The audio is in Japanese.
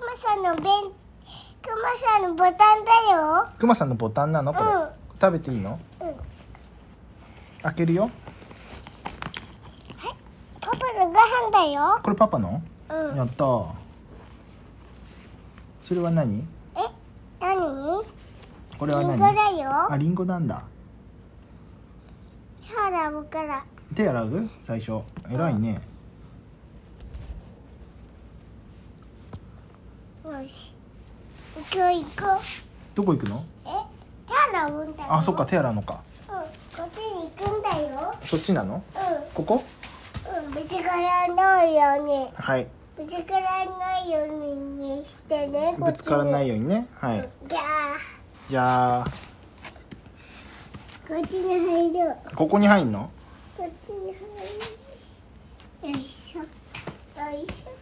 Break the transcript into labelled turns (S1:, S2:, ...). S1: まさんのべんくまさんのボタンだよ
S2: クマさんのボタンなのこれ、
S1: うん
S2: 食べていいの
S1: うん
S2: 開けるよ
S1: パパのご飯だよ
S2: これパパの、
S1: うん
S2: やったーそれは何
S1: え何
S2: こ
S1: リ
S2: れは
S1: ンゴ
S2: 何
S1: だ
S2: あ
S1: よ
S2: リンゴなんだ
S1: 手洗うから
S2: 手洗う最初偉いね、
S1: よし行こう行こう
S2: どこ行くの
S1: え手洗うんだよ
S2: あそっか手洗うのか
S1: うんこっちに行くんだよ
S2: そっちなの
S1: う
S2: ここ
S1: んうんぶちからないように
S2: はい
S1: ぶちからないようにしてね
S2: ぶつからない
S1: よ
S2: ようにねはい
S1: じゃあ
S2: じゃあ
S1: こっちに入ろう
S2: ここに入んの
S1: こっちに入るよいしょよいしょ嗯